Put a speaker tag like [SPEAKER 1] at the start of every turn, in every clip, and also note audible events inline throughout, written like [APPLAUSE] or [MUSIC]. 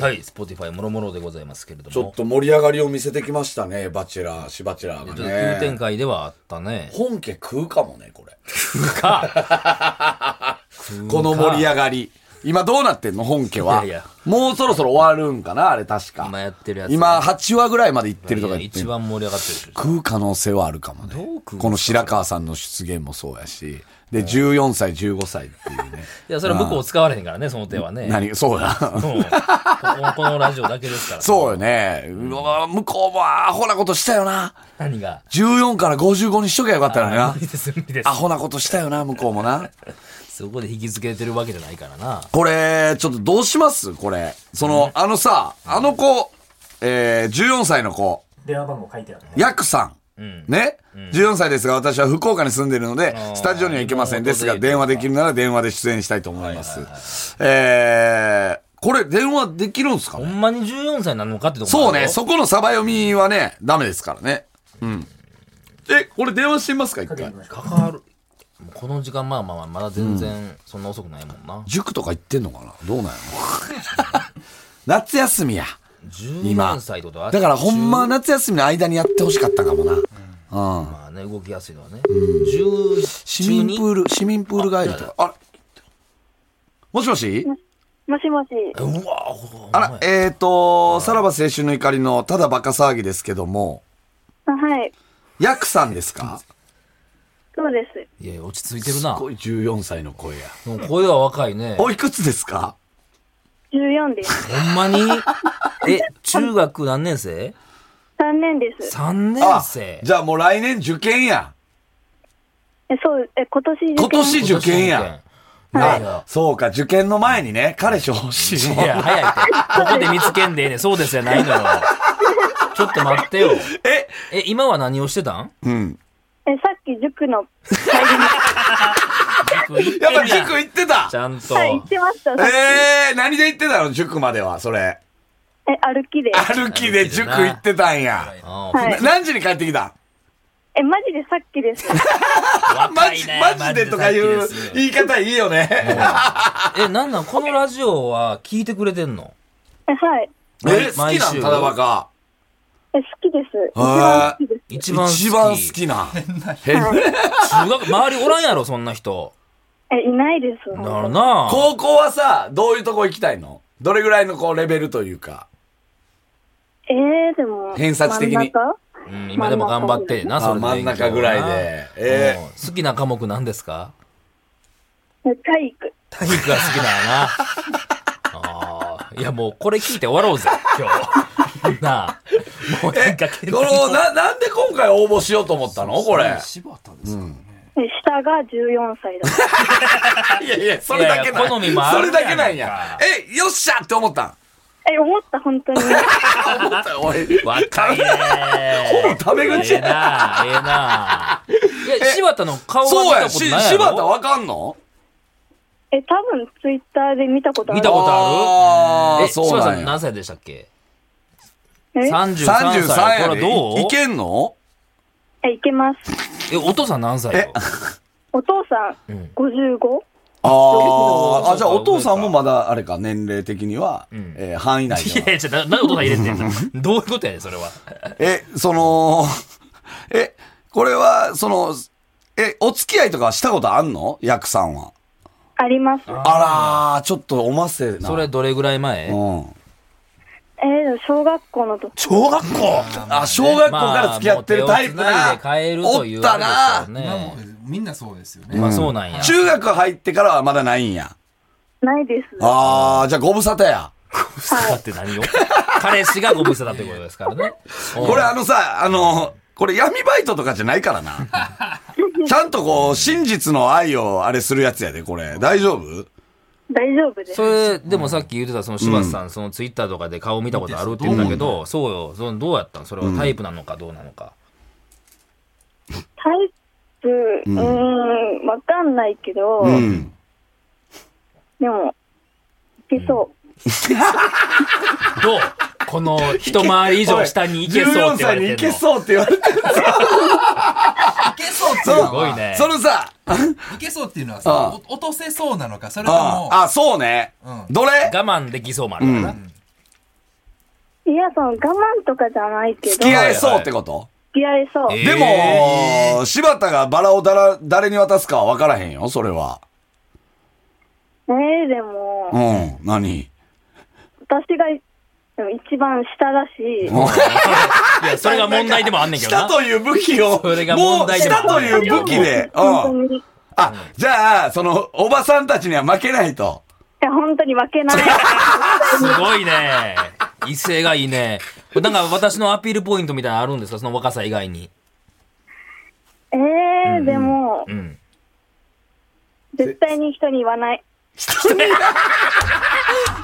[SPEAKER 1] はい、Spotify もろもろでございますけれども。
[SPEAKER 2] ちょっと盛り上がりを見せてきましたね、バチェラー、シバチェラー
[SPEAKER 1] ちょ
[SPEAKER 2] が
[SPEAKER 1] っと急展
[SPEAKER 2] ね。
[SPEAKER 1] 開ではあったね。
[SPEAKER 2] 本家食うかもね、これ。
[SPEAKER 1] か。
[SPEAKER 2] この盛り上がり。今どうなってんの本家は。
[SPEAKER 1] いやいや
[SPEAKER 2] もうそろそろ終わるんかなあれ確か。
[SPEAKER 1] 今やってるやつ
[SPEAKER 2] 今8話ぐらいまでいってるとか言って
[SPEAKER 1] 一
[SPEAKER 2] る。
[SPEAKER 1] 番盛り上がってるでしょ。
[SPEAKER 2] 食う可能性はあるかもね。
[SPEAKER 1] どう食うんですか
[SPEAKER 2] この白川さんの出現もそうやし。で、14歳、15歳っていうね。
[SPEAKER 1] いや、それは向こう使われへんからね、その手はね。
[SPEAKER 2] 何そうだ。
[SPEAKER 1] うんこここの [LAUGHS] ラジオだけですから。
[SPEAKER 2] そうよね。うわ向こうもアホなことしたよな。
[SPEAKER 1] 何が。
[SPEAKER 2] 14から55にしときゃよかったのにな
[SPEAKER 1] 無。理です、無理で
[SPEAKER 2] アホなことしたよな、向こうもな。
[SPEAKER 1] す。そこで引き付けてるわけじゃないからな。
[SPEAKER 2] これ、ちょっとどうしますこれ。その、あのさ、あの子、えー、14歳の子、
[SPEAKER 3] 電話番号書いてあるね。
[SPEAKER 2] ヤクさん。ね、14歳ですが、私は福岡に住んでいるので、
[SPEAKER 1] ー
[SPEAKER 2] スタジオには行けません。
[SPEAKER 1] リ
[SPEAKER 2] で
[SPEAKER 1] モート
[SPEAKER 2] す
[SPEAKER 1] で
[SPEAKER 2] が、電話できるなら電話で出演したいと思います。えー、これ、電話できるんですか
[SPEAKER 1] ほ
[SPEAKER 2] ね
[SPEAKER 1] んまに14歳なのかってとこ
[SPEAKER 2] そうね、
[SPEAKER 1] そ
[SPEAKER 2] そこのサバ読みはね、ダメですからね。うん。え、これ電話してみますか一
[SPEAKER 3] かけて
[SPEAKER 2] 回
[SPEAKER 3] み。ましょ
[SPEAKER 1] 関わる。もうこの時間、まあまあまあ、まだ全然、そんな遅くないもんな。
[SPEAKER 2] 塾とか行ってんのかなどうなんやろ [LAUGHS] 夏休みや。
[SPEAKER 1] 14歳ってことは、
[SPEAKER 2] だからほんまは夏休みの間にやってほしかったかもな。うん。
[SPEAKER 1] まあね、動きやすいのはね。10
[SPEAKER 2] 市民プール、市民プール帰りとか。あれもしもし
[SPEAKER 4] もしもし。
[SPEAKER 1] うわぁ、ほ
[SPEAKER 2] あら、えっ、ー、と、さらば青春の怒りのただバカ騒ぎですけども、
[SPEAKER 4] あはい。
[SPEAKER 2] ヤクさんですか
[SPEAKER 4] そうです。
[SPEAKER 1] いやいや、落ち着いてるな。
[SPEAKER 2] い14歳の声や。
[SPEAKER 1] もう声は若いね。
[SPEAKER 2] おいくつですか
[SPEAKER 4] 14です。
[SPEAKER 1] ほんま
[SPEAKER 2] [LAUGHS]
[SPEAKER 1] にえ、中学何年生
[SPEAKER 4] 3年です。
[SPEAKER 1] ?3 年
[SPEAKER 2] あ
[SPEAKER 1] 生、
[SPEAKER 2] じゃあもう来年受験や。
[SPEAKER 4] え、そう、え、今年受験
[SPEAKER 2] 今年受験や。。
[SPEAKER 1] いやい
[SPEAKER 2] あ
[SPEAKER 1] や、
[SPEAKER 2] そうか、受験の前にね、彼氏欲しい
[SPEAKER 1] い
[SPEAKER 2] もん。
[SPEAKER 1] や、早いって。ここで見つけんでええ
[SPEAKER 2] [LAUGHS]
[SPEAKER 1] ねん。そうですやないのよ。ちょっと待ってよ。
[SPEAKER 2] え
[SPEAKER 1] え、今は何をしてたん
[SPEAKER 2] うん。
[SPEAKER 4] え、さっき塾の、
[SPEAKER 1] [LAUGHS] 塾行って
[SPEAKER 2] やっぱ
[SPEAKER 1] る
[SPEAKER 2] り
[SPEAKER 1] やん
[SPEAKER 2] 塾行ってた
[SPEAKER 1] ちゃんと。
[SPEAKER 4] はい、行ってました。さっ
[SPEAKER 2] えー、何で行ってたの塾までは、それ。
[SPEAKER 4] きえ、歩きで。
[SPEAKER 2] 歩きで塾行ってたんや。
[SPEAKER 1] ああ
[SPEAKER 4] はい
[SPEAKER 2] な。何時に帰ってきたん
[SPEAKER 4] え、マジでさっき
[SPEAKER 2] [LAUGHS]
[SPEAKER 4] です。
[SPEAKER 2] マ
[SPEAKER 1] 若い
[SPEAKER 2] ジ
[SPEAKER 1] ね
[SPEAKER 2] マジでとかいう
[SPEAKER 1] マジでさっきです
[SPEAKER 2] 言い方いいよね。
[SPEAKER 1] え、なんなんこのラジオは聞いてくれてんの
[SPEAKER 4] え、はい。
[SPEAKER 1] え
[SPEAKER 2] え、好き
[SPEAKER 1] 毎
[SPEAKER 2] なん
[SPEAKER 1] 週
[SPEAKER 2] ただバカ。
[SPEAKER 4] え、好きです。一番
[SPEAKER 2] あ
[SPEAKER 4] 好きです。
[SPEAKER 1] 一番好き。
[SPEAKER 2] 一番好きな。変な
[SPEAKER 1] 中学、周りおらんやろ、そんな人。
[SPEAKER 4] え、いないです。
[SPEAKER 1] なるなぁ。
[SPEAKER 2] 高校はさ、どういうとこ行きたいのどれぐらいのこうレベルというか。
[SPEAKER 4] えー、でも。
[SPEAKER 2] 偏差値的に
[SPEAKER 4] 真ん中
[SPEAKER 1] うん今でも頑張ってな、それで勉強な
[SPEAKER 2] あ真ん中ぐらいでええ
[SPEAKER 1] うん好きな科目何ですか
[SPEAKER 4] え体育。
[SPEAKER 1] 体育が好き
[SPEAKER 2] [LAUGHS]
[SPEAKER 1] だよな。ああ。いや、もうこれ聞いて終わろうぜ、
[SPEAKER 2] [LAUGHS]
[SPEAKER 1] 今日。なあ。もうなんか
[SPEAKER 2] この、な、なんで今回応募しようと思ったのこれ。
[SPEAKER 3] 柴田ですからね。
[SPEAKER 4] え、下が14歳だ。 [LAUGHS]
[SPEAKER 2] いやいや、それだけ
[SPEAKER 1] いやいや好みも
[SPEAKER 2] な
[SPEAKER 1] あ
[SPEAKER 2] そ
[SPEAKER 1] る
[SPEAKER 2] れ
[SPEAKER 1] やん
[SPEAKER 2] だ
[SPEAKER 1] か
[SPEAKER 2] けなんや。え、よっしゃって思ったん。
[SPEAKER 4] え、思った、本
[SPEAKER 2] [LAUGHS]
[SPEAKER 4] 当に。
[SPEAKER 2] 思ったよ、おい。
[SPEAKER 1] [LAUGHS] 若いね。
[SPEAKER 2] ほぼタメ口
[SPEAKER 1] ええなあ、ええなあ。いや、柴田の顔
[SPEAKER 2] そう
[SPEAKER 1] は
[SPEAKER 2] や、
[SPEAKER 1] 見たこと
[SPEAKER 2] し、
[SPEAKER 1] ないやろ
[SPEAKER 2] 柴田わかんの
[SPEAKER 4] え、多分ツイッターで見たことある。
[SPEAKER 1] 見たこと
[SPEAKER 2] あ
[SPEAKER 1] あ
[SPEAKER 2] ー
[SPEAKER 1] るえ、
[SPEAKER 2] そう
[SPEAKER 1] 柴
[SPEAKER 2] な
[SPEAKER 1] 田
[SPEAKER 2] ん
[SPEAKER 1] さん
[SPEAKER 2] や
[SPEAKER 1] 何歳でしたっけ
[SPEAKER 4] え
[SPEAKER 1] ?33
[SPEAKER 2] 33
[SPEAKER 1] 歳。
[SPEAKER 2] や
[SPEAKER 1] こ
[SPEAKER 2] で
[SPEAKER 1] れどう
[SPEAKER 2] いいけんの
[SPEAKER 4] え、いけます。
[SPEAKER 1] え、お父さん何歳よ
[SPEAKER 4] お父さん、
[SPEAKER 1] うん
[SPEAKER 4] 55?
[SPEAKER 2] あーあ、じゃあ
[SPEAKER 1] そうか
[SPEAKER 2] お父さんもまだ、あれか、年齢的には、
[SPEAKER 1] ん
[SPEAKER 2] えー範囲内
[SPEAKER 1] い
[SPEAKER 2] では
[SPEAKER 1] やいや、じゃあななんでお父さん入れて
[SPEAKER 2] [LAUGHS]
[SPEAKER 1] んのどういうことやねん、それは。
[SPEAKER 2] え、その、え、これは、その、え、お付き合いとかしたことあんのヤクさんは。
[SPEAKER 4] あります。
[SPEAKER 2] あらー、ちょっとおませな。
[SPEAKER 1] それ、どれぐらい前
[SPEAKER 2] うん。
[SPEAKER 4] えー、でも小学校の時。
[SPEAKER 2] 小学校あ、小学校から付き合ってるタイプ
[SPEAKER 1] まあ
[SPEAKER 2] な
[SPEAKER 1] もう手を。繋いで変えるという
[SPEAKER 2] おった
[SPEAKER 1] あれ
[SPEAKER 2] な
[SPEAKER 1] です。よ
[SPEAKER 3] 今も
[SPEAKER 1] ね。
[SPEAKER 3] みんなそうですよね。
[SPEAKER 1] まあそうなんや。
[SPEAKER 2] 中学入ってからはまだないんや。
[SPEAKER 4] ないです。
[SPEAKER 2] あー、じゃあご無沙汰や。
[SPEAKER 1] だって何を彼氏がご無沙汰ということですからね。
[SPEAKER 2] これあのさ、あの、これ闇バイトとかじゃないから
[SPEAKER 3] [LAUGHS]
[SPEAKER 2] な。ちゃんとこう、真実の愛をあれするやつやで、これ。大丈夫
[SPEAKER 4] 大丈夫です。
[SPEAKER 1] それ、でもさっき言ってた、その柴田さん、そのツイッターとかで顔見たことあるって言うんだけど、そうよ、そのどうやったんそれはタイプなのかどうなのか。
[SPEAKER 4] タイプ、うーん、わかんないけど、
[SPEAKER 2] うん。
[SPEAKER 4] でも、いけそう。
[SPEAKER 1] どうこの一回り以上下に行けそうって言わ
[SPEAKER 2] 14
[SPEAKER 1] れてんの
[SPEAKER 2] 歳に行けそうって言われてる。
[SPEAKER 3] いけそうって
[SPEAKER 2] そ
[SPEAKER 3] いう
[SPEAKER 2] の
[SPEAKER 3] の
[SPEAKER 1] すごい
[SPEAKER 3] は、
[SPEAKER 1] ね
[SPEAKER 2] そのさ、
[SPEAKER 3] いけそうっていうのは
[SPEAKER 2] ああ
[SPEAKER 3] さ、お落とせそうなのか、それとも、
[SPEAKER 2] ああ、そうね
[SPEAKER 3] うん。
[SPEAKER 2] どれ
[SPEAKER 1] 我慢できそうもあるからな。
[SPEAKER 4] いや、その我慢とかじゃないけど、
[SPEAKER 2] 付き合えそうってこと
[SPEAKER 4] 付き合えそう。
[SPEAKER 1] え
[SPEAKER 2] で
[SPEAKER 1] え
[SPEAKER 2] も、柴田がバラをだら誰に渡すかは分からへんよ、それは。
[SPEAKER 4] ええでも、
[SPEAKER 2] うん、何
[SPEAKER 4] 私がでも一番下だし、
[SPEAKER 1] いや、それが問題でもあんねんけど
[SPEAKER 2] 下
[SPEAKER 1] な。
[SPEAKER 2] という武器を、も
[SPEAKER 1] それが
[SPEAKER 2] う
[SPEAKER 1] 問題でも
[SPEAKER 2] 下という武器で、う
[SPEAKER 4] 本
[SPEAKER 2] ん。
[SPEAKER 4] 当に、い
[SPEAKER 2] あ、じゃあ、その、おばさんたちには負けないと。
[SPEAKER 4] や、本当に負
[SPEAKER 2] [LAUGHS]
[SPEAKER 4] けない。
[SPEAKER 1] すごいね。威勢がいいね。これなんか私のアピールポイントみたいなのあるんですかその若さ以外に。
[SPEAKER 4] ええでも、
[SPEAKER 1] うん。
[SPEAKER 4] 絶対に人に言わない。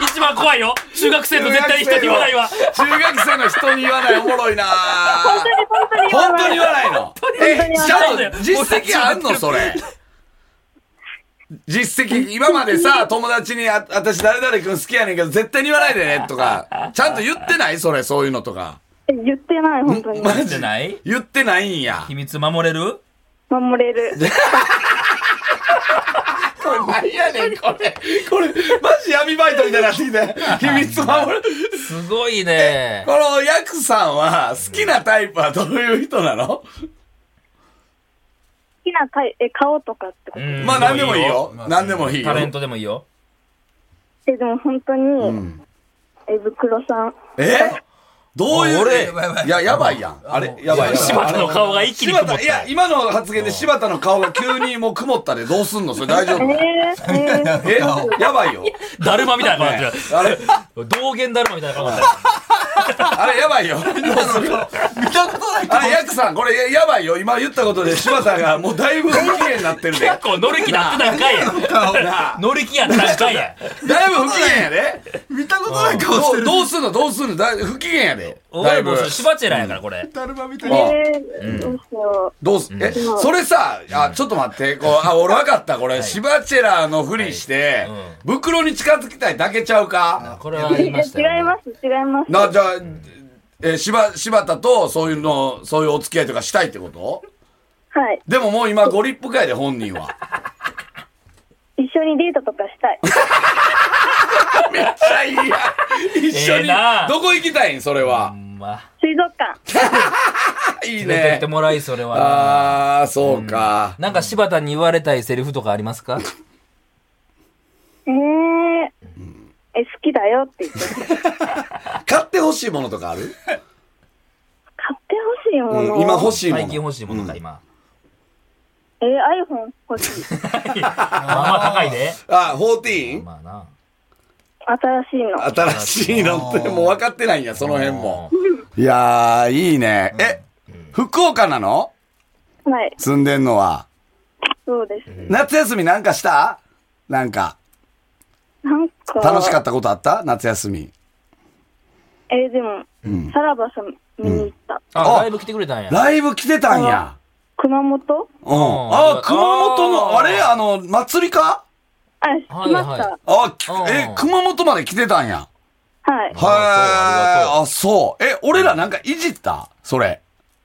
[SPEAKER 1] 一番怖いよ中学生と絶対に人に言わないわ
[SPEAKER 2] 中学生の人に言わないおもろいな
[SPEAKER 4] 本当に本当に言わ
[SPEAKER 2] 本当
[SPEAKER 4] な
[SPEAKER 2] に
[SPEAKER 4] い。
[SPEAKER 2] 言わないのえ、ちゃんと実績あんのそれ。実績、今まで
[SPEAKER 1] [LAUGHS]
[SPEAKER 2] さ、友達に、あ、私誰々君好きやねんけど、絶対に言わないでね、とか、ちゃんと言ってないそれ、そういうのとか。
[SPEAKER 4] え言ってない、本当に。
[SPEAKER 2] マジ
[SPEAKER 1] じゃない
[SPEAKER 2] 言ってないんや
[SPEAKER 1] 秘。密守れる
[SPEAKER 4] 守れる。
[SPEAKER 2] これ何やねん、これ。これ、マジ闇バイトみたいになってきて。秘密守る。
[SPEAKER 1] すごいね
[SPEAKER 2] このヤクさんは、好きなタイプはどういう人なの
[SPEAKER 4] 好きなタイえ顔とかってこと、
[SPEAKER 1] うん
[SPEAKER 2] まあ何でもいいよ
[SPEAKER 3] ま。あ
[SPEAKER 2] 何でもいいよ
[SPEAKER 1] タ。レントでもいいよ
[SPEAKER 4] えでも本当に、えブクロさん
[SPEAKER 2] えどういう
[SPEAKER 1] 俺
[SPEAKER 2] いや、やばいやん。あれ、やばいやん。
[SPEAKER 1] 柴田の顔が一気に
[SPEAKER 2] 柴
[SPEAKER 1] 曇った
[SPEAKER 2] 田、いや、今の発言で柴田の顔が急にもう曇ったでどうすんのそれ大丈
[SPEAKER 4] え
[SPEAKER 2] 夫
[SPEAKER 4] ー、えー、
[SPEAKER 2] えやばいよ。
[SPEAKER 1] だるまみたいな顔になって
[SPEAKER 2] あれ、
[SPEAKER 1] る道元だるまみたいな顔になって
[SPEAKER 2] あれやばいよ。
[SPEAKER 3] 見たことない
[SPEAKER 2] あれ、ヤクさん、これやばいよ。今言ったことで柴田がもうだいぶ不機嫌になってるで。
[SPEAKER 1] る結構乗り気なってたんかいや
[SPEAKER 3] 顔。
[SPEAKER 2] なあ
[SPEAKER 1] 乗り気やったんかいや
[SPEAKER 2] だいぶ不機嫌やで。
[SPEAKER 3] 見たことない顔し
[SPEAKER 2] ど
[SPEAKER 3] て
[SPEAKER 2] う
[SPEAKER 3] る。
[SPEAKER 2] どうすんのどうすんのだい不機嫌やで。だ
[SPEAKER 1] 俺
[SPEAKER 2] いぶ
[SPEAKER 1] も。うシバチェラやからこれ
[SPEAKER 3] だるまみたい
[SPEAKER 2] あ
[SPEAKER 3] な。
[SPEAKER 4] えー、どうしよ
[SPEAKER 2] どうす、え、
[SPEAKER 4] うん
[SPEAKER 2] それさ、あ、ちょっと待って、こう、あ、俺わかった、これ、シバチェラのふりして、
[SPEAKER 1] はい
[SPEAKER 2] 袋に近づきたいだけちゃうか
[SPEAKER 1] これはあり
[SPEAKER 4] う。
[SPEAKER 1] ました
[SPEAKER 4] い
[SPEAKER 1] よ
[SPEAKER 4] や違います、違います。
[SPEAKER 2] な、じゃあ、えー、柴、柴田とそういうの、そういうお付き合いとかしたいってこと
[SPEAKER 4] はい。
[SPEAKER 2] でももう今、ご立腹会で本人は。
[SPEAKER 4] 一緒にデートとかしたい。
[SPEAKER 2] めっちゃいいやん一緒
[SPEAKER 1] ええ
[SPEAKER 2] に、
[SPEAKER 1] な
[SPEAKER 2] どこ行きたいん、それ
[SPEAKER 1] ほ
[SPEAKER 2] は。
[SPEAKER 1] んまあ
[SPEAKER 4] 水族館。
[SPEAKER 2] いい
[SPEAKER 1] 連れてっ
[SPEAKER 2] ね
[SPEAKER 1] て。もらいそれは
[SPEAKER 2] あー、そうか。
[SPEAKER 1] なんか柴田に言われたいセリフとかありますか
[SPEAKER 4] えー、え、好きだよって言って。買って
[SPEAKER 2] 買ってほしいものとかある、
[SPEAKER 4] ほしいもの。
[SPEAKER 2] うん、今欲しい
[SPEAKER 4] しい。
[SPEAKER 2] もの。
[SPEAKER 1] 最近欲しいものか今
[SPEAKER 4] えー、iPhone 欲しい。
[SPEAKER 1] まあまあ高いで
[SPEAKER 2] あ、14?
[SPEAKER 1] まあな
[SPEAKER 4] 新しいの。
[SPEAKER 2] 新しいのってもう分かってないんや、その辺も。いやー、いいね。え、福岡なの
[SPEAKER 4] はい、
[SPEAKER 2] 住んでんのは。
[SPEAKER 4] そうです。
[SPEAKER 2] 夏休みなんかしたなんか、
[SPEAKER 4] なんか。
[SPEAKER 2] 楽しかったことあった夏休み。
[SPEAKER 4] た。えー、でも、さらばさん見に行った。
[SPEAKER 1] あ
[SPEAKER 2] あ
[SPEAKER 1] ライブ来てくれたんや
[SPEAKER 2] ライブ来てたんや。
[SPEAKER 4] 熊本
[SPEAKER 2] うん。
[SPEAKER 1] ん
[SPEAKER 2] あ、熊本の、
[SPEAKER 1] あ
[SPEAKER 2] あ
[SPEAKER 1] ー
[SPEAKER 2] れあの、祭りか
[SPEAKER 4] あ、来ました。
[SPEAKER 1] は
[SPEAKER 2] あ、き
[SPEAKER 1] うん
[SPEAKER 2] え、熊本まで来てたんや。
[SPEAKER 4] はい。
[SPEAKER 2] は
[SPEAKER 1] そうありがと
[SPEAKER 2] い。あ、そう。え、俺らなんかいじったそれ。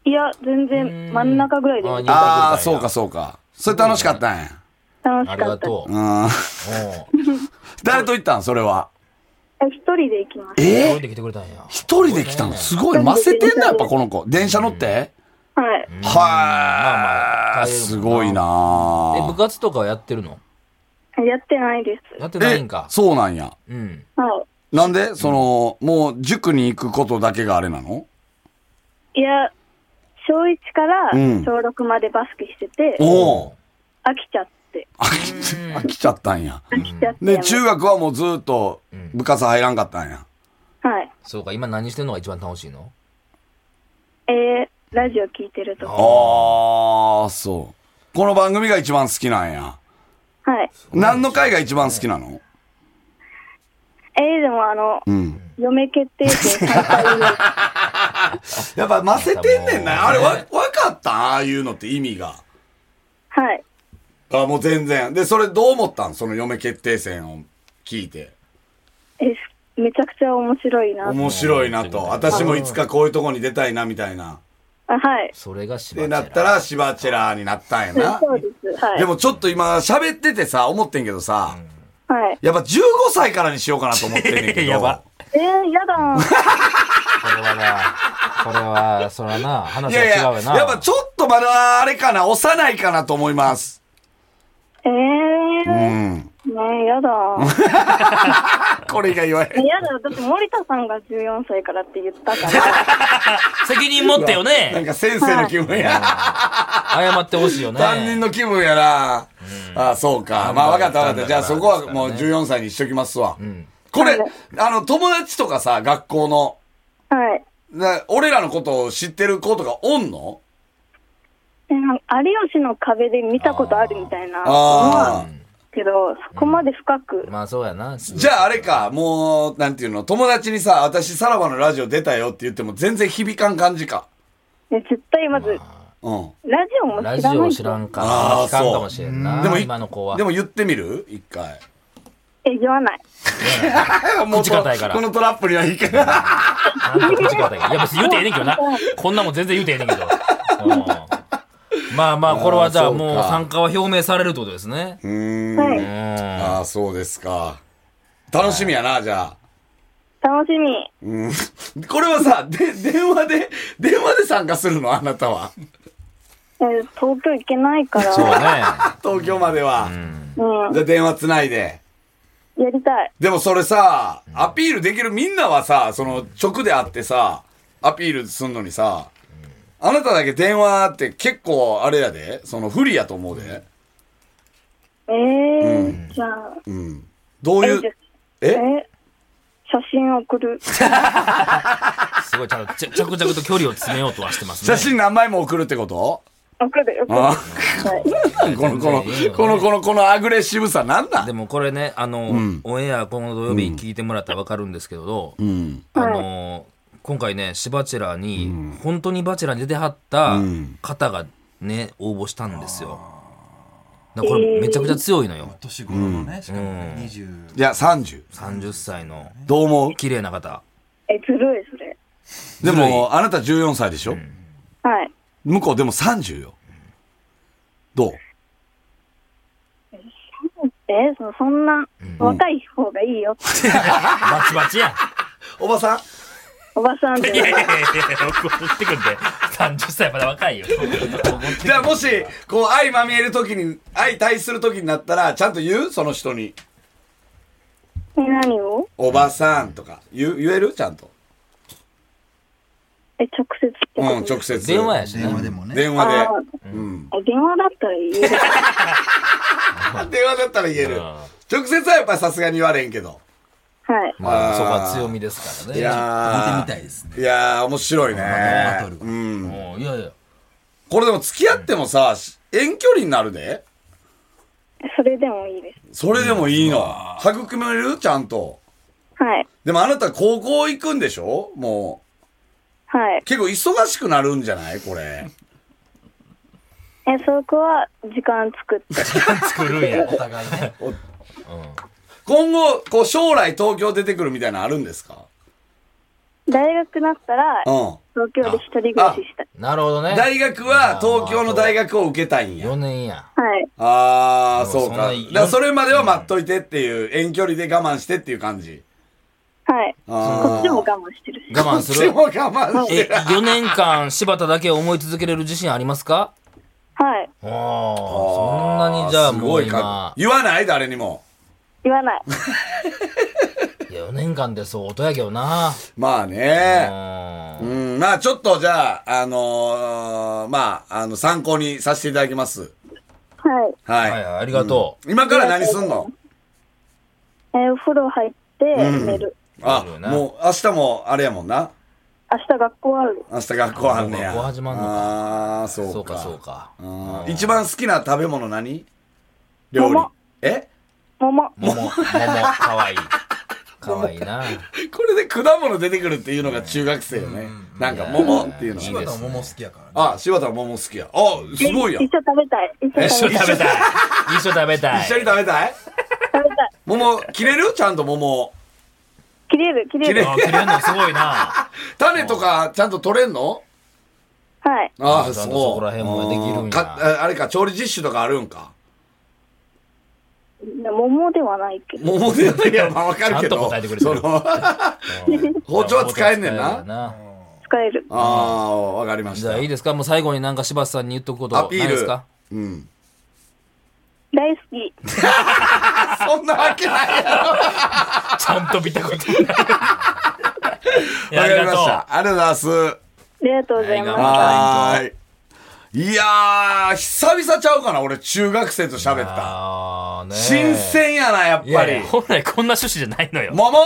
[SPEAKER 4] いや、全
[SPEAKER 1] う
[SPEAKER 4] 然
[SPEAKER 1] ん
[SPEAKER 4] 真ん中ぐらいで
[SPEAKER 1] あいいね
[SPEAKER 2] あー、そうかそうか。それ楽しかったんや。
[SPEAKER 4] 楽
[SPEAKER 1] あ
[SPEAKER 4] し
[SPEAKER 1] り
[SPEAKER 4] か
[SPEAKER 1] が
[SPEAKER 4] った。
[SPEAKER 1] とう
[SPEAKER 2] うん。 [LAUGHS]
[SPEAKER 1] うん
[SPEAKER 2] 誰と行ったんそれは。
[SPEAKER 4] え、一人で行きまし
[SPEAKER 2] え
[SPEAKER 1] 飛んできてくれたんや
[SPEAKER 2] 一人で来たのすごい。ませてんな、やっぱこの子。電車乗って。
[SPEAKER 4] た。はい。
[SPEAKER 1] まあま
[SPEAKER 2] は
[SPEAKER 1] あ
[SPEAKER 2] い。すごい
[SPEAKER 1] え部
[SPEAKER 2] な
[SPEAKER 1] 活とかはやってるの
[SPEAKER 4] やってないです。
[SPEAKER 1] やってない
[SPEAKER 2] え
[SPEAKER 1] んか、
[SPEAKER 2] そうなんや。
[SPEAKER 1] うん
[SPEAKER 4] は
[SPEAKER 2] なんで、その、もう塾に行くことだけがあれなの
[SPEAKER 4] い。いや、小1から
[SPEAKER 2] うん
[SPEAKER 4] 小6までバスケしてて、
[SPEAKER 2] おお。
[SPEAKER 4] 飽きちゃって。
[SPEAKER 2] 飽きち [LAUGHS] 飽きちゃったんや。
[SPEAKER 4] 飽きちゃって。
[SPEAKER 2] で、中学はもうずっと部活入らんかったんや。
[SPEAKER 4] はい。
[SPEAKER 1] そうか今何してんのが一番楽しいの
[SPEAKER 4] えー、ラジオ聞いてると
[SPEAKER 2] あ
[SPEAKER 4] か。
[SPEAKER 2] ー、そう。この番組が一番好きなんや。
[SPEAKER 4] はい。
[SPEAKER 2] 何の回が一番好きなの
[SPEAKER 4] えー、でもあの、
[SPEAKER 2] うん。
[SPEAKER 4] 嫁決定戦3回目。
[SPEAKER 2] [LAUGHS] やっぱ、ませてんねんな。あれ、わ、
[SPEAKER 1] ね
[SPEAKER 2] わかったああいうのって意味が。
[SPEAKER 4] はい。
[SPEAKER 2] あ、もう全然。で、それどう思ったんその嫁決定戦を聞いて。
[SPEAKER 4] えー、めちゃくちゃ面白いな。
[SPEAKER 2] 面白いな
[SPEAKER 1] う
[SPEAKER 2] と。
[SPEAKER 1] ん
[SPEAKER 2] 私もいつかこういうとこに出たいな、みたいな。
[SPEAKER 4] あはい。
[SPEAKER 1] それが柴
[SPEAKER 2] で、
[SPEAKER 1] 田
[SPEAKER 2] なったら、シバチェラーになったんやな。
[SPEAKER 4] そうです。はい。
[SPEAKER 2] でもちょっと今、喋っててさ、思ってんけどさ、
[SPEAKER 4] はい。
[SPEAKER 2] やっぱ15歳からにしようかなと思ってんねんけど。
[SPEAKER 1] やば
[SPEAKER 4] えー、やだ。
[SPEAKER 1] これはな、これは、そらな、
[SPEAKER 2] い
[SPEAKER 1] 話は
[SPEAKER 2] や
[SPEAKER 1] 違
[SPEAKER 2] いうや、
[SPEAKER 1] よな。
[SPEAKER 2] やっぱちょっとまだあれかな、幼いかなと思います。
[SPEAKER 4] え
[SPEAKER 2] う
[SPEAKER 4] え
[SPEAKER 2] ん。
[SPEAKER 4] ー、ねえ、やだ。
[SPEAKER 2] これが言わへん。
[SPEAKER 4] やだ、だって森田さんが14歳からって言ったから。
[SPEAKER 1] 責任持ってよ
[SPEAKER 2] なん
[SPEAKER 1] ね。
[SPEAKER 2] か先生の気分や。
[SPEAKER 1] 謝ってほし
[SPEAKER 2] [LAUGHS]
[SPEAKER 1] いよね。
[SPEAKER 2] 担任の気分やな。あ、そうか。まあ、わかったわかった。じゃあそこはもう14歳にしときますわ。これ、あの、友達とかさ、学校の、 [LAUGHS]
[SPEAKER 4] はい。
[SPEAKER 2] な俺らのことを知ってる子とかおんの
[SPEAKER 4] えなんか有吉の壁で見たことあるみたいな。
[SPEAKER 2] ああ。
[SPEAKER 4] けど、そこまで深く。
[SPEAKER 1] まあそうやな。
[SPEAKER 2] じゃああれか、もう、なんていうの、友達にさ、私さらばのラジオ出たよって言っても全然響かん感じか。
[SPEAKER 4] ね絶対まず、ラジ
[SPEAKER 2] うん。
[SPEAKER 4] オも知らな
[SPEAKER 1] ラ
[SPEAKER 4] い。
[SPEAKER 1] ジオ知らんか。
[SPEAKER 2] あー
[SPEAKER 1] 聞かんかもしれんな。
[SPEAKER 2] でもい
[SPEAKER 1] 今の子は。
[SPEAKER 2] でも言ってみる一回。
[SPEAKER 4] え、言わない。
[SPEAKER 2] もう
[SPEAKER 1] 口固いから
[SPEAKER 2] このトラップにはいいから。
[SPEAKER 1] なんとか時間だけどいや、別に言うてええねんけどな。こんなもん全然言うてええねんけど。うんまあまあ、これはじゃあも
[SPEAKER 2] あーそう
[SPEAKER 1] う
[SPEAKER 2] か
[SPEAKER 1] 参加は表明されるってことですね。
[SPEAKER 2] うーん。
[SPEAKER 4] は
[SPEAKER 1] う
[SPEAKER 4] い。
[SPEAKER 1] ん。
[SPEAKER 2] ああ、そうですか。楽しみやな、じゃあ。
[SPEAKER 4] 楽しみ。
[SPEAKER 2] うん。これはさ、で、電話で、電話で参加するのあなたは。
[SPEAKER 4] えー東京行けないから、
[SPEAKER 1] そうね。
[SPEAKER 2] 東京までは。
[SPEAKER 4] うん
[SPEAKER 2] じゃあ電話つないで。
[SPEAKER 4] やりたい。
[SPEAKER 2] でもそれさ、アピールできるみんなはさ、その直であってさ、アピールすんのにさ、あなただけ電話って結構あれやで、その不利やと思うで。
[SPEAKER 4] えー、じゃあ、
[SPEAKER 2] うん。どう
[SPEAKER 4] え
[SPEAKER 2] い
[SPEAKER 4] ー
[SPEAKER 2] う
[SPEAKER 4] じゃあ、
[SPEAKER 2] え
[SPEAKER 4] え写真送
[SPEAKER 1] [LAUGHS]
[SPEAKER 4] る。
[SPEAKER 1] すごい、ちゃんとちゃ着々と距離を詰めようとはしてますね。
[SPEAKER 2] 写真何枚も送るってこと
[SPEAKER 4] 送る、送る。 [LAUGHS]
[SPEAKER 2] あ
[SPEAKER 4] はい、
[SPEAKER 2] この、この、
[SPEAKER 1] 全然いいよ
[SPEAKER 2] この、この、このアグレッシブさなんだ
[SPEAKER 1] でもこれね、あの、オンエア、この土曜日聞いてもらったらわかるんですけど、
[SPEAKER 2] うん。
[SPEAKER 1] あの、今回ね、シバチェラーに、本当にバチェラーに出てはった方がね、応募したんですよ。だからこれめちゃくちゃ強いのよ。
[SPEAKER 3] 年頃のね、しかもね20。
[SPEAKER 2] いや、30。
[SPEAKER 1] 30歳の
[SPEAKER 2] どう思う
[SPEAKER 1] 綺麗な方。
[SPEAKER 4] え、ずるい、それ。
[SPEAKER 2] でも、あなた14歳でしょ
[SPEAKER 4] はい。
[SPEAKER 2] 向こうでも30よ。どう
[SPEAKER 4] えそのそんな、若い方がいいよ。
[SPEAKER 1] バチバチやん。
[SPEAKER 2] おばさん
[SPEAKER 4] おばさん
[SPEAKER 1] [LAUGHS]
[SPEAKER 4] で
[SPEAKER 1] いやいやいやいや、送ってくんで。30歳まだ若いよ。
[SPEAKER 2] じゃあもし、こう、愛まみえるときに、愛対するときになったら、ちゃんと言うその人に。
[SPEAKER 4] え、何を
[SPEAKER 2] おばさんとか。言う、言えるちゃんと。
[SPEAKER 4] え、直接って
[SPEAKER 2] う
[SPEAKER 4] こ
[SPEAKER 2] ん
[SPEAKER 4] と、
[SPEAKER 2] 直接。
[SPEAKER 1] 電話やしね。
[SPEAKER 3] 電話でもね。
[SPEAKER 2] 電
[SPEAKER 4] あ
[SPEAKER 2] 話
[SPEAKER 4] ーあ電話だったら言える。
[SPEAKER 2] で。電話だったら言える
[SPEAKER 1] うん。
[SPEAKER 2] 直接はやっぱさすがに言われんけど。
[SPEAKER 4] はい。
[SPEAKER 1] ま
[SPEAKER 2] あー
[SPEAKER 1] あ、そこは強みですからね。
[SPEAKER 2] いやー。
[SPEAKER 3] 見てみたいですね
[SPEAKER 2] いやー、面白いね
[SPEAKER 3] バトル。が
[SPEAKER 2] うん。
[SPEAKER 1] もういやいや。
[SPEAKER 2] これでも付き合ってもさ、遠距離になるで。
[SPEAKER 4] それでもいいです。
[SPEAKER 2] それでもいいの。育めるちゃんと。
[SPEAKER 4] はい。
[SPEAKER 2] でもあなた高校行くんでしょも
[SPEAKER 4] はい。
[SPEAKER 2] う。結構忙しくなるんじゃないこれ。
[SPEAKER 4] え、そこは時間作って。
[SPEAKER 1] 作るんや。
[SPEAKER 3] お互いね。
[SPEAKER 2] 今後、こう将来東京出てくるみたいなのあるんですか
[SPEAKER 4] 大学なったら
[SPEAKER 2] う、ん。
[SPEAKER 4] 東京で一人暮らししたい。
[SPEAKER 1] なるほどね。
[SPEAKER 2] 大学は東京の大学を受けたいんや
[SPEAKER 1] 4。年や。
[SPEAKER 4] はい。
[SPEAKER 2] ああ、そう
[SPEAKER 1] そん
[SPEAKER 2] か。
[SPEAKER 1] な
[SPEAKER 2] だ
[SPEAKER 1] い
[SPEAKER 2] からそれまでは待っといてっていう、遠距離で我慢してっていう感じ。
[SPEAKER 4] はい。こ
[SPEAKER 2] あ
[SPEAKER 4] っちも我慢してるし。
[SPEAKER 1] 我慢
[SPEAKER 2] ー
[SPEAKER 1] す
[SPEAKER 2] こっち
[SPEAKER 1] る
[SPEAKER 2] も。我慢して
[SPEAKER 1] え、
[SPEAKER 2] る。
[SPEAKER 1] 4年間柴田だけを思い続けれる自信ありますか
[SPEAKER 4] はい。
[SPEAKER 1] おーそんなにじゃあもう
[SPEAKER 2] すごいか言
[SPEAKER 1] 今、
[SPEAKER 2] わない誰にも。
[SPEAKER 4] 言わない。
[SPEAKER 1] いや4年間でそう音やけどな。
[SPEAKER 2] まあ
[SPEAKER 1] う。
[SPEAKER 2] ね。うんん、まあちょっとじゃあ、あのーまあ、あの、参考にさせていただきます。
[SPEAKER 4] はい。
[SPEAKER 2] はい。
[SPEAKER 1] はいはいありがと
[SPEAKER 2] うん今から何すんの
[SPEAKER 4] えーお風呂入って寝る。
[SPEAKER 2] あ
[SPEAKER 1] なるよ、な
[SPEAKER 2] もう明日もあれやもんな。
[SPEAKER 4] 明日学校ある。
[SPEAKER 2] 明日学校あんねや。
[SPEAKER 1] あもう学校始まんのか
[SPEAKER 2] ああ、そうか。
[SPEAKER 1] そうかそうか。
[SPEAKER 2] うん一番好きな食べ物何料理
[SPEAKER 4] 桃。
[SPEAKER 2] え [LAUGHS]
[SPEAKER 4] 桃。
[SPEAKER 1] [LAUGHS] 桃、桃、かわいい。かわいいな。
[SPEAKER 2] これで果物出てくるっていうのが中学生よね。なんか桃っていうの
[SPEAKER 1] いい
[SPEAKER 2] は。
[SPEAKER 1] で
[SPEAKER 3] 柴田
[SPEAKER 1] すね
[SPEAKER 3] は桃好きやからね。
[SPEAKER 2] あ、柴田は桃好きや。あ、すごいやん。
[SPEAKER 4] え一緒食べたい。一緒
[SPEAKER 1] 一緒
[SPEAKER 4] 食べた
[SPEAKER 1] 食 [LAUGHS] べ
[SPEAKER 4] い。
[SPEAKER 1] たい。一緒食べたい。
[SPEAKER 2] 一緒に食べたい
[SPEAKER 4] 食べたい。
[SPEAKER 2] 桃、切れるちゃんと桃。
[SPEAKER 4] 切れる、切れ
[SPEAKER 2] 切れ
[SPEAKER 4] る
[SPEAKER 2] る。
[SPEAKER 1] あ、切れんのすごいな。
[SPEAKER 2] 種とかちゃんと取れんの
[SPEAKER 4] はい。
[SPEAKER 2] あ
[SPEAKER 1] ちゃ
[SPEAKER 2] そ
[SPEAKER 1] ん
[SPEAKER 2] う。
[SPEAKER 1] とそこら辺もできるんや
[SPEAKER 2] かああれか、調理実習とかあるんか。
[SPEAKER 4] いや桃ではないけど。
[SPEAKER 2] 桃でやっていや、まあわかるけど。
[SPEAKER 1] ちゃんと答えてくれて
[SPEAKER 2] そ
[SPEAKER 1] る
[SPEAKER 2] の包丁は使えんねんな。
[SPEAKER 1] な。
[SPEAKER 4] 使える。
[SPEAKER 2] ああ、わかりまし
[SPEAKER 1] じゃ
[SPEAKER 2] た。
[SPEAKER 1] あいいですかもう最後になんか柴田さんに言っとくこと
[SPEAKER 2] ア
[SPEAKER 1] ない
[SPEAKER 2] ピール。
[SPEAKER 1] ですか
[SPEAKER 2] うん。
[SPEAKER 4] 大好き。
[SPEAKER 2] そんなわけないや
[SPEAKER 1] ちゃんと見たこと [LAUGHS] ない。
[SPEAKER 2] ろ。わかりました。ありがとうございます。
[SPEAKER 4] ありがとうござ
[SPEAKER 1] は
[SPEAKER 4] い
[SPEAKER 1] い頑張っ
[SPEAKER 4] ま
[SPEAKER 2] はーい。いやー、久々ちゃうかな、俺、中学生と喋った。
[SPEAKER 1] ああね。
[SPEAKER 2] 新鮮やな、やっ
[SPEAKER 1] い
[SPEAKER 2] ぱ
[SPEAKER 1] やい
[SPEAKER 2] り
[SPEAKER 1] や。本来こんな趣旨じゃないのよ。
[SPEAKER 2] 桃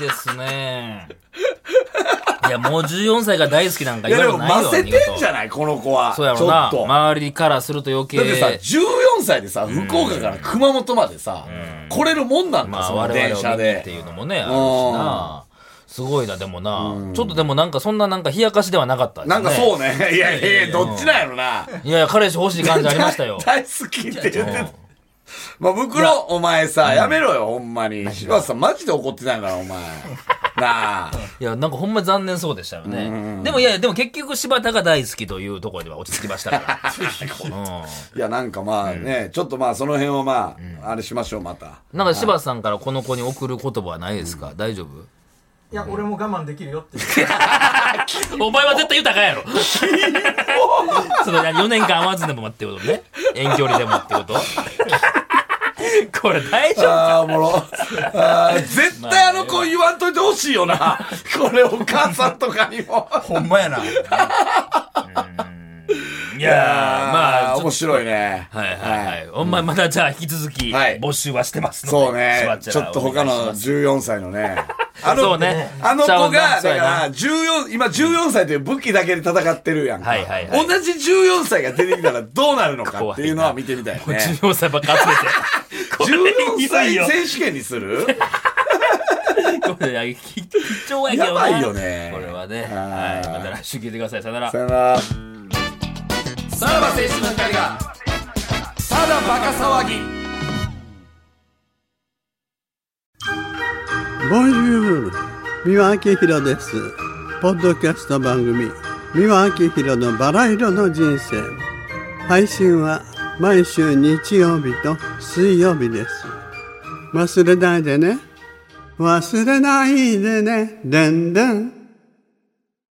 [SPEAKER 1] いいですね。いや、もう14歳が大好きなんか
[SPEAKER 2] いや、
[SPEAKER 1] 言
[SPEAKER 2] でも、
[SPEAKER 1] われないよ。
[SPEAKER 2] ませてんじゃ
[SPEAKER 1] ん
[SPEAKER 2] ないこの子は。
[SPEAKER 1] そうや
[SPEAKER 2] ち
[SPEAKER 1] ろ
[SPEAKER 2] ょ
[SPEAKER 1] うな
[SPEAKER 2] っ。と。だ
[SPEAKER 1] 周りからすると余計。
[SPEAKER 2] ってさ、14歳でさ、福岡から熊本までさ、来れるもんなんだ、
[SPEAKER 1] まあ、
[SPEAKER 2] その
[SPEAKER 1] 我
[SPEAKER 2] 電
[SPEAKER 1] 々
[SPEAKER 2] 車
[SPEAKER 1] を見にっ
[SPEAKER 2] で
[SPEAKER 1] て。いうのもね、あるしな。すごいな、でもな。ちょっとでもなんかそんななんか冷やかしではなかったですね。
[SPEAKER 2] なんかそうね。いやいやいや、どっちなんやろな。。
[SPEAKER 1] いやいや、彼氏欲しい感じありました [LAUGHS] よ
[SPEAKER 2] [LAUGHS] 大好きって言っ
[SPEAKER 1] う
[SPEAKER 2] て
[SPEAKER 1] ん
[SPEAKER 2] た。まあ、袋、お前さ、やめろよ、ほんまに。柴田さん、マジで怒ってないから、
[SPEAKER 1] [LAUGHS]
[SPEAKER 2] お前。なあ。
[SPEAKER 1] いや、なんかほんま残念そうでしたよね。でもいやいや、でも結局柴田が大好きというところでは落ち着きました [LAUGHS] から。う
[SPEAKER 2] いや、なんかまあね、ちょっとまあ、その辺はまあ、あれしましょう、また。
[SPEAKER 1] ん。なんか柴田さんからこの子に送る言葉はないですか大丈夫
[SPEAKER 3] いや、俺も我慢できるよって。
[SPEAKER 1] お前は絶対豊かやろ。 [LAUGHS] その4年間会わずでもってことね。遠距離でもって [LAUGHS] ことこれ大丈夫
[SPEAKER 2] ああ、おも
[SPEAKER 1] [LAUGHS]
[SPEAKER 2] ろ。あー絶対あの子言わんといてほしいよな。これ、お母さんとかにも。
[SPEAKER 3] ほんまやな。
[SPEAKER 1] いやー、まあ、ちょ
[SPEAKER 2] 面白いね。
[SPEAKER 1] はいはいはい。ほんま、まだじゃあ引き続き、
[SPEAKER 2] はい
[SPEAKER 1] 募集はしてますので。
[SPEAKER 2] そうね
[SPEAKER 1] しば。ちゃ
[SPEAKER 2] ちょ
[SPEAKER 1] ら
[SPEAKER 2] っと他
[SPEAKER 1] お願
[SPEAKER 2] の
[SPEAKER 1] いします
[SPEAKER 2] 14歳の
[SPEAKER 1] [LAUGHS]
[SPEAKER 2] ね。あの
[SPEAKER 1] そうね
[SPEAKER 2] あの子
[SPEAKER 1] そう
[SPEAKER 2] が、だ
[SPEAKER 1] なそう
[SPEAKER 2] か
[SPEAKER 1] やな
[SPEAKER 2] ら、14、今14歳という武器だけで戦ってるやんか。
[SPEAKER 1] はいはいはい
[SPEAKER 2] 同じ14歳が出てきたらどうなるのかっていうのは見てみたい
[SPEAKER 1] もう
[SPEAKER 2] ね。
[SPEAKER 1] 14歳ばっか集
[SPEAKER 2] [LAUGHS]
[SPEAKER 1] めて。
[SPEAKER 2] 14歳
[SPEAKER 1] いよ
[SPEAKER 2] 選手権にする
[SPEAKER 1] これいや貴重やけどな
[SPEAKER 2] やばいよね
[SPEAKER 1] これはね。
[SPEAKER 2] あ
[SPEAKER 1] は
[SPEAKER 2] ー
[SPEAKER 1] い。また来週聞いてください。さよなら
[SPEAKER 2] さ。よなら。
[SPEAKER 1] さらば青春の光が、
[SPEAKER 2] ただバカ騒ぎ。
[SPEAKER 5] ボンジュール三輪明宏ですポッドキャスト番組三輪明宏のバラ色の人生配信は毎週日曜日と水曜日です忘れないでね忘れないでねでんでん